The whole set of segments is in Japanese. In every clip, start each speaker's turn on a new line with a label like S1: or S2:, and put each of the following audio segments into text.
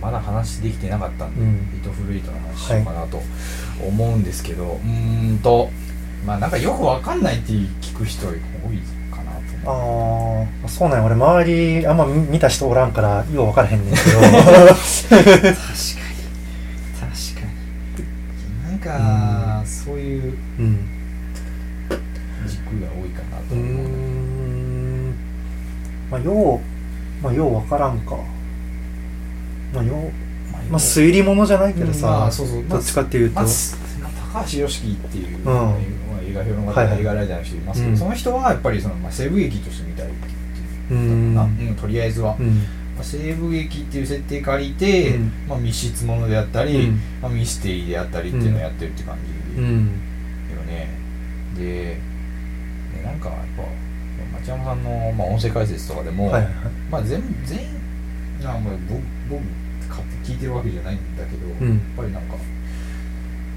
S1: まだ話できてなかったんで、
S2: うん
S1: ビートフルイートの話しようかなと思うんですけど、うーんとまあなんかよくわかんないって聞く人多いかなと思う
S2: ああそうなんや俺周りあんま見見た人おらんからよう分からへんねんけど
S1: 確かに確かになんか、そういう
S2: うん
S1: 軸が多いかな
S2: う
S1: と
S2: ー
S1: 思う、
S2: んまあようまあよう分からんかまあよう
S1: まあ
S2: まあ推理物じゃないけどさ、
S1: まあそうそうまあ
S2: どっちかっていうと、
S1: まあす高橋良樹っていう、
S2: ん
S1: まあ映画評論家とか
S2: はいはい
S1: 映画ライターの人いますけど、
S2: うん
S1: その人はやっぱりその、まあ、西部劇として見たいっていう
S2: うーん
S1: な、うんとりあえずは、
S2: うん
S1: まあ、西部劇っていう設定借りて、
S2: うん
S1: まあ、密室ものであったり、
S2: うん
S1: まあ、ミステリーであったりっていうのをやってるって感じ
S2: う
S1: よ
S2: ん
S1: ね、ででなんかやっぱ町山さんの、まあ、音声解説とかでも、
S2: はいはい
S1: まあ全全まあまあ僕僕買って聞いてるわけじゃないんだけど、
S2: う
S1: やっ
S2: ん
S1: ぱりなんか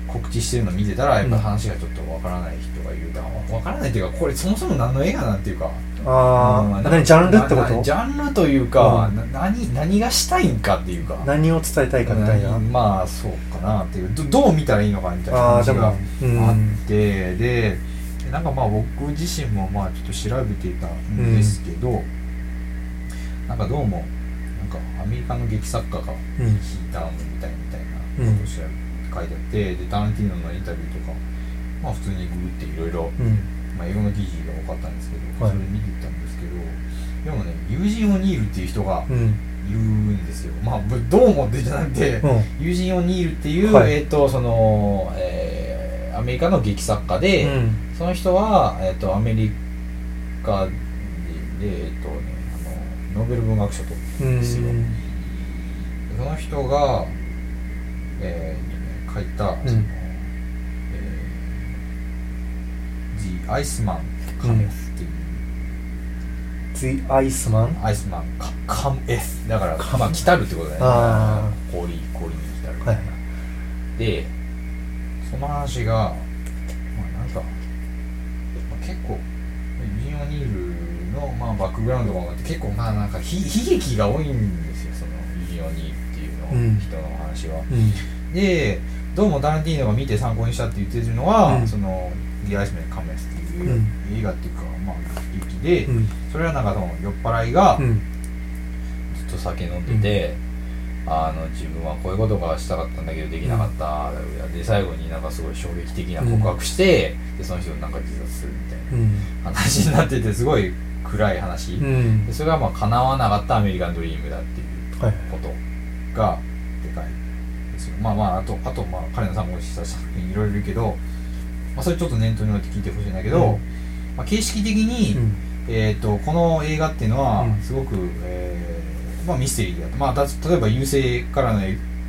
S1: 告知してるの見てたらやっぱり話がちょっとわからない人がいるだからわからないっていうかこれそもそも何の映画なんていうか
S2: あ
S1: うん
S2: あ何ジャンルってこ
S1: ななジ
S2: と
S1: ャンルというか、
S2: うん
S1: な何何がしたいんかっていうか
S2: 何を伝えたいかみたいな
S1: 何まあそうかなっていうどどう見たらいいのかみたいな
S2: ああ
S1: 話
S2: で
S1: があっ
S2: もうん
S1: てでなんかまあ僕自身もまあちょっと調べていたんですけど、なんかどうもなんかアメリカの劇作家が
S2: うん
S1: ヒーターもみたいみたいなことを調べて書いてあってでタランティーノのインタビューとかまあ普通にググっていろいろ
S2: うん
S1: まあ、英語の記事が多かったんですけど、
S2: はい
S1: それ見てたんですけどでもねユージン・オニールっていう人が
S2: うん
S1: いるんですよまあぶどうもってじゃなくて、
S2: うん
S1: ユージン・オニールっていう、
S2: はい
S1: えっ、とその、えーアメリカの劇作家で、
S2: うん
S1: その人は、えっとアメリカで、えっとね、あのノーベル文学賞と
S2: うん
S1: ですよその人が、えー書いた、
S2: ん
S1: そのえー The Iceman Cometh っていう、
S2: The Iceman
S1: アイスマンか Cometh だから、
S2: Cometh
S1: まあ、来たるってことだよね
S2: あ
S1: 氷氷に来たるみた
S2: はいい
S1: な、でその話が、まあ、なんか、まあ、結構ユジン・オニールの、まあ、バックグラウンドもあって結構まあなんかひ悲劇が多いんですよそのユジン・オニールっていうの、
S2: うん
S1: 人の話は
S2: うん
S1: でどうもダランティーノが見て参考にしたって言ってるのは、
S2: うん
S1: その「リアイスメン・カメス」っていうう映画っていうか、まあ劇で、
S2: うん
S1: それはなんかその酔っ払いが
S2: うん
S1: ずっと酒飲んでて、あの自分はこういうことがしたかったんだけどできなかった、で最後になんかすごい衝撃的な告白して、でその人なんか自殺するみたい
S2: うん
S1: な話になっててすごい暗い話、
S2: うん
S1: でそれがまあ叶わなかったアメリカンドリームだっていう
S2: はい
S1: ことがでかいですよまあまああとあとまあ彼の参考にした作品いろいろいるけど、まあ、それちょっと念頭に置いて聞いてほしいんだけど、
S2: うん
S1: まあ、形式的に、
S2: うん
S1: えー、とこの映画っていうのは
S2: うん
S1: すごく、えーまあ、ミステリーだと、まあ、だ例えば優勢からの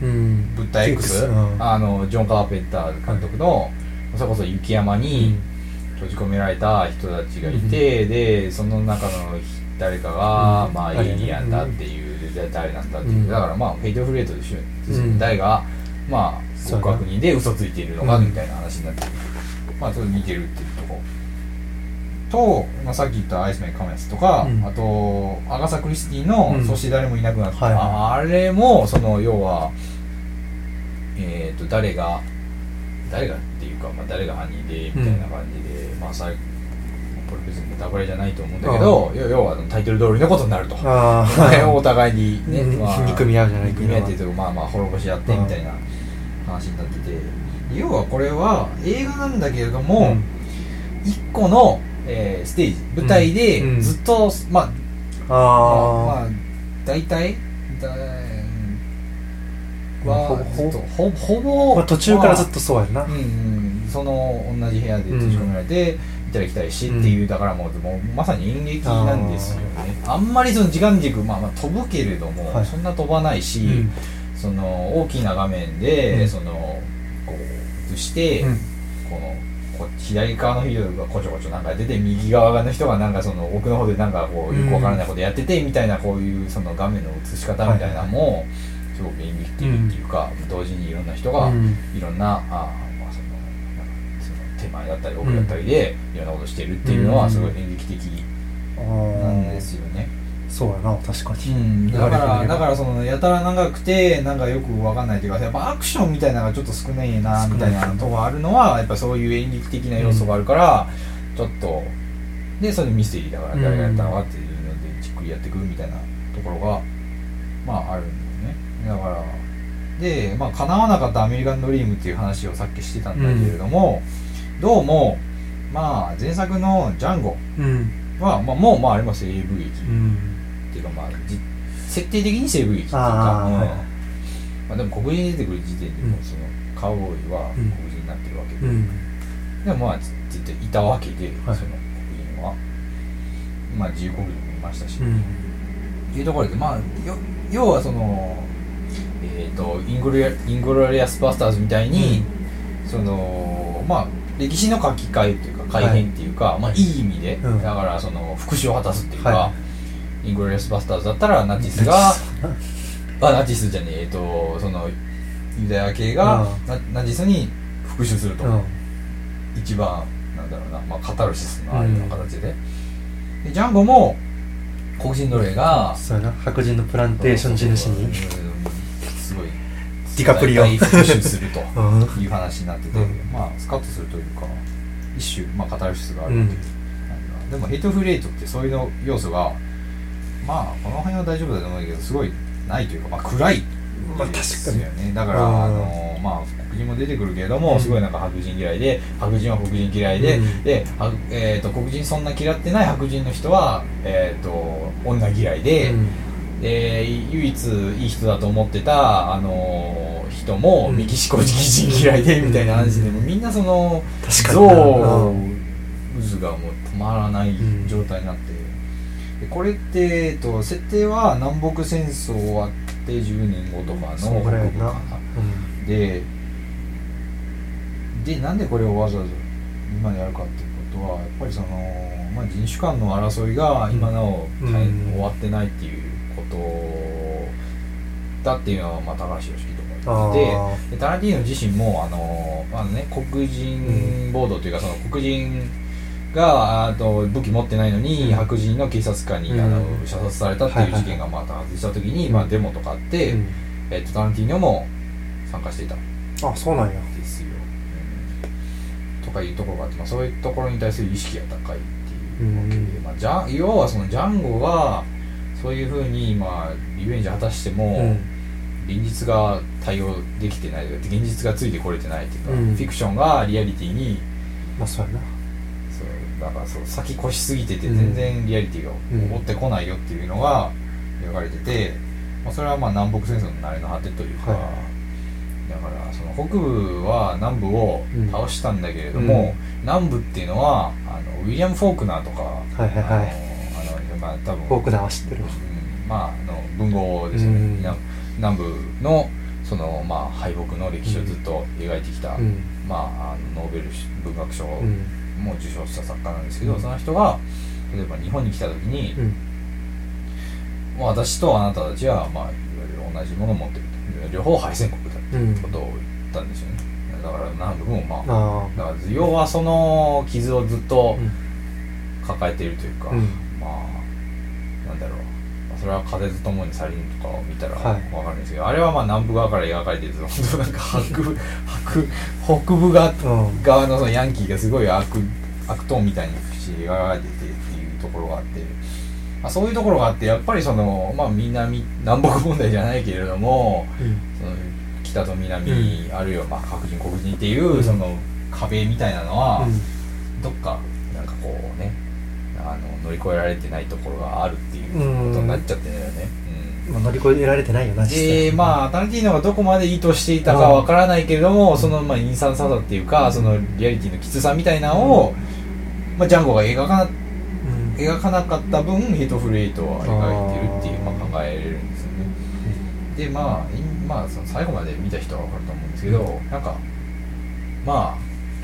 S2: うん
S1: 物体 X、
S2: うん
S1: あのジョン・カーペンター監督の、それこそ雪山に、閉じ込められた人たちがいて、でその中の誰かが、
S2: うん
S1: まあ
S2: 誰
S1: エイリアンだっていう、で誰なんだっていう、
S2: うん
S1: だからまあフェイトフレートで一緒
S2: うん
S1: 誰がまあ
S2: そう
S1: 極
S2: だね
S1: 悪人で嘘ついているのか
S2: うん
S1: みたいな話になってる、まあそれ似てるっていうとこと、まあ、さっき言った「アイスメン・カメス」とか、
S2: うん
S1: あとアガサ・クリスティの
S2: う
S1: 「
S2: ん
S1: そして誰もいなくなった」
S2: はいはい
S1: ああれもその要はえっ、と誰が誰がっていうか、まあ、誰が犯人でみたいな感じで、まあ最これ別にネタバレじゃないと思うんだけど要要はタイトル通りのことになると
S2: あ
S1: お互い
S2: あ
S1: お互いにね、
S2: うん
S1: まあ、
S2: 憎み合うじゃないけど
S1: 憎み合ってとまあまあ滅ぼし合ってみたいな話になってて要はこれは映画なんだけれども、一個の、えーステージ舞台
S2: う
S1: で
S2: ん
S1: ずっと、まあまあ
S2: あ
S1: まあ大体だ
S2: ほ
S1: は
S2: ぼ
S1: ずっとほほぼ、
S2: あまあ途中からず
S1: と
S2: っとそうやな
S1: うんうん、その同じ部屋で閉じ込められて、行ったり来たりしっていう、だからもうもうまさに演劇なんですよねあんまりその時間軸、まあ、まあ飛ぶけれども、
S2: はい
S1: そんな飛ばないし、
S2: うん
S1: その大きな画面で、
S2: うん
S1: そのこう映して、
S2: うん
S1: このこ左側の人がこちょこちょなんか出て右側の人がなんかその奥の方でなんかこう
S2: うん
S1: よくわからないことやっててみたいなこういうその画面の映し方みたいなのもすごく演劇的っていうか、同時にいろんな人が、
S2: うん
S1: いろんなあー、まあ、そのなんかその手前だったり奥だったりでいろんなことしてるっていうの
S2: う
S1: は
S2: ん
S1: すごい演劇的
S2: あ
S1: なん
S2: ー
S1: ですよね、
S2: そうやな確か
S1: う
S2: に、
S1: ん、だか
S2: 言われてみ
S1: ら
S2: れば
S1: だからそのやたら長くてなんかよく分かんないというかやっぱアクションみたいなのがちょっと少ないなみたい
S2: 少
S1: な
S2: ない
S1: とこあるのはやっぱそういう演劇的な要素があるから、ちょっとでそれミステリーだから
S2: うん
S1: 誰がやったのかっていうのでじっくりやっていくみたいなところがまああるんだよねだからでまあ叶わなかったアメリカンドリームっていう話をさっきしてたんだけれども、どうもまあ前作のジャンゴ
S2: うん
S1: は、まあ、もうまああります AV 劇
S2: うん
S1: っていうかまあじ設定的に西部劇っていうか
S2: あ、ー
S1: うん
S2: はい
S1: まあ、でも黒人出てくる時点でもう
S2: うん
S1: そのカウボーイは
S2: うん
S1: 黒人になってるわけ
S2: う
S1: で、
S2: ん
S1: でもまあず絶対いたわけで、
S2: はい
S1: その黒人はまあ自由黒人もいましたし、
S2: う
S1: っ
S2: ん
S1: ていうところでまあよ要はそのえっ、とイングロリアイングロリアスバスターズみたいに、そのまあ歴史の書き換えというか改変っていうか、まあいい意味で、
S2: うん
S1: だからその復讐を果たすっていうか、
S2: は
S1: イングロリアスバスターズだったらナチスがあナチスじゃねええっとそのユダヤ系が、なナチスに復讐すると、
S2: うん
S1: 一番なんだろうな、まあ、カタルシスのああいうような形で,、でジャンゴも黒人奴隷が
S2: そうやな白人のプランテーション地主に
S1: うんすごい
S2: ディカプリオ
S1: 大 復讐すると
S2: うん
S1: いう話になってて、
S2: うん
S1: まあスカッとするというか一種、まあ、カタルシスがあるという、なんかでもヘイトフレイトってそういうの要素がまあこの辺は大丈夫だと思うんだけどすごいないというか、まあ、暗い
S2: まあ
S1: です
S2: 確
S1: よねだから
S2: うん
S1: あのまあ黒人も出てくるけれども、
S2: うん
S1: すごいなんか白人嫌いで白人は黒人嫌いで、
S2: うん
S1: で、はえー、と黒人そんな嫌ってない白人の人は、えー、と女嫌いで、
S2: うん
S1: で唯一いい人だと思ってた、あのー人も
S2: うん
S1: メキシコ人嫌いでみたいな話で、
S2: うん
S1: もうみんなその
S2: 確か
S1: 象
S2: にな
S1: 渦がもう止まらない状態になって、でこれって、えっと、設定は南北戦争終わって10年後とかの
S2: そんぐらいや
S1: 北部
S2: な
S1: かな
S2: うん
S1: ででなんでこれをわざわざ今やるかっていうことはやっぱりその、まあ、人種間の争いが今なお、
S2: うん
S1: 大変終わってないっていうことだっていうのは、まあ、高橋良樹と
S2: あ
S1: か
S2: あ
S1: 言ってて。でタランティーノ自身もあのあの、ね、黒人暴動というか、その黒人があと武器持ってないのに、
S2: うん
S1: 白人の警察官に、あの
S2: うん
S1: 射殺されたって
S2: はい
S1: い
S2: はいうはい
S1: 事件がまあ多発した時に、
S2: うん
S1: まあ、デモとかあって、
S2: うん
S1: えっと、タランティーノも参加していたん
S2: あそうなんや
S1: ですよ、うんとかいうところがあって、まあ、そういうところに対する意識が高いっていうわけで、
S2: うん
S1: まあ、ジャン要はそのジャンゴがそういうふうに、まあ、リベンジ果たしても、
S2: うん
S1: 現実が対応できてないというか現実がついてこれてないというか、
S2: うん
S1: フィクションがリアリティに
S2: まあそうやな
S1: そうだからそう先越しすぎてて
S2: うん
S1: 全然リアリティが
S2: うん
S1: 追ってこないよっていうのが描かれてて、まあ、それはまあ南北戦争の慣れの果てというか、
S2: はい
S1: だからその北部は南部を倒したんだけれど
S2: うんう
S1: も
S2: ん、
S1: 南部っていうのはあのウィリアム・フォークナーとか、
S2: はいはいはい
S1: あのあのまあ多分
S2: フォークナーは知ってるわ
S1: うんまあ、あの文豪ですよね、
S2: うん
S1: 南南部のその、まあ、敗北の歴史をずっと描いてきた、
S2: うん
S1: まあ、あのノーベル文学賞
S2: う
S1: も
S2: ん
S1: 受賞した作家なんですけど、
S2: うん
S1: その人が例えば日本に来た時に、
S2: うん
S1: まあ私とあなたたちは、まあ、いわゆる同じものを持ってると両方敗戦国だって
S2: うん
S1: ことを言ったんですよねだから南部もまあ
S2: あ
S1: だから要はその傷をずっ
S2: あ
S1: と
S2: うん
S1: 抱えているというか、
S2: うん
S1: まあなんだろうまあそれは風と共に去りぬとかを見たら
S2: は
S1: わ
S2: い
S1: かるんですけど、あれはまあ南部側から描かれてると本当なんか白部白北部側
S2: うん
S1: 側のそのヤンキーがすごい悪悪党みたいに描かれててっていうところがあって、まあ、そういうところがあってやっぱりその、まあ、南南北問題じゃないけれども
S2: うん
S1: その北と南、あるいはまあ白人黒人っていう、
S2: うん
S1: その壁みたいなのは、
S2: うん
S1: どっかなんかこうねあの乗り越えられてないところがあるっていう
S2: うん
S1: ことになっちゃってるよね、
S2: まあ乗り越えられてないよ
S1: う
S2: なん
S1: でまあタランティーノがどこまで意図していたかわからないけれども、そのまあ陰惨さだっていうかそのリアリティのきつさみたいなのを、まあ、ジャンゴが描かな
S2: うん
S1: 描かなかった分ヘイトフルエイトは描いてるっていう
S2: あー
S1: まあ、考えれるんですよねでまあ、いまあ、その最後まで見た人は分かると思うんですけどなんかまあ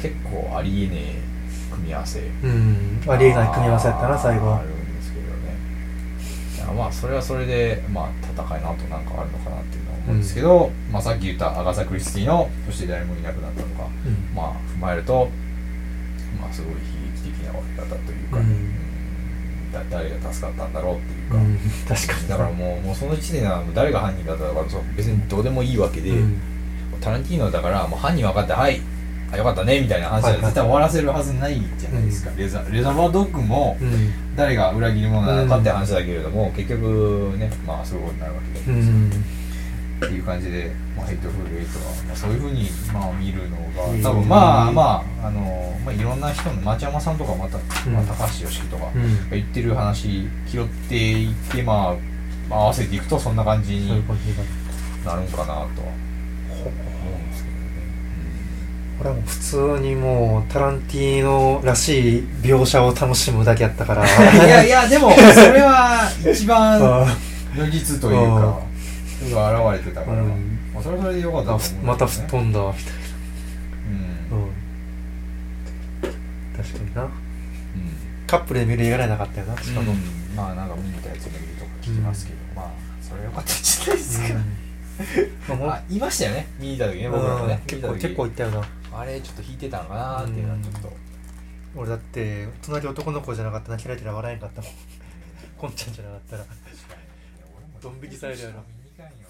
S1: 結構ありえねえ組み合わせ
S2: うんありえない組み合わせやったな最後
S1: あるんですけどねいやまあそれはそれで、まあ、戦いの後なんかあるのかなっていうのは思うんですけど、まあ、さっき言ったアガサ・クリスティの「そして誰もいなくなった」とか、
S2: うん
S1: まあ、踏まえると、まあ、すごい悲劇的な終わり方というか、
S2: うん
S1: うんだ誰が助かったんだろうっていうか、
S2: うん、確かに
S1: だからもうもうその時点ではもう誰が犯人だったのかそう別にどうでもいいわけで、
S2: うん
S1: タランティーノだからもう犯人分かってはいあよかったねみたいな話は
S2: はい
S1: 絶対終わらせるはずないじゃないですか、レザレザーバードッグも
S2: うん
S1: 誰が裏切り者なのかって話だけれども、結局ねまあそういうことになるわけで、
S2: うん
S1: っていう感じで、まあ、ヘイトフルエイトは、まあ、そういうふうに、まあ、見るの
S2: うん
S1: が多分まあまああの、まあ、いろんな人の町山さんとかまた、まあ、
S2: うん
S1: 高橋良樹とか
S2: う
S1: が
S2: ん
S1: 言ってる話拾っていって、まあ、まあ合わせていくとそんな感じ
S2: そうい
S1: に
S2: う感じだ
S1: なるんかなとは思うんですけどね。
S2: 俺はもう普通にもうタランティーノらしい描写を楽しむだけやった から
S1: うんいやいやでもそれは一番
S2: あ
S1: 如実というかそれが現れてたから、
S2: うん
S1: まあ、それはそれでよかったと思
S2: あ
S1: うんですよね、
S2: また吹っ飛んだみたい
S1: うん
S2: な、
S1: うん
S2: うん、確かになカップルで見る映画じゃなかったよなしかも、うん
S1: うんまあなんか見に行ったやつもいるとか聞きますけど、まあそれはよかったんじゃないですか、
S2: まあも う
S1: あいましたよね見に行った時ね僕らも
S2: うん
S1: ね
S2: 結構結構
S1: 見
S2: 行ったよな
S1: た時あれちょっと引いてたのかなーっていうのはちょっと、
S2: 俺だって隣男の子じゃなかったら泣きられてら笑えんかったもんこんちゃんじゃなかったら
S1: 確かにね俺も
S2: ドン引きされるやろ
S1: 見に行かんよ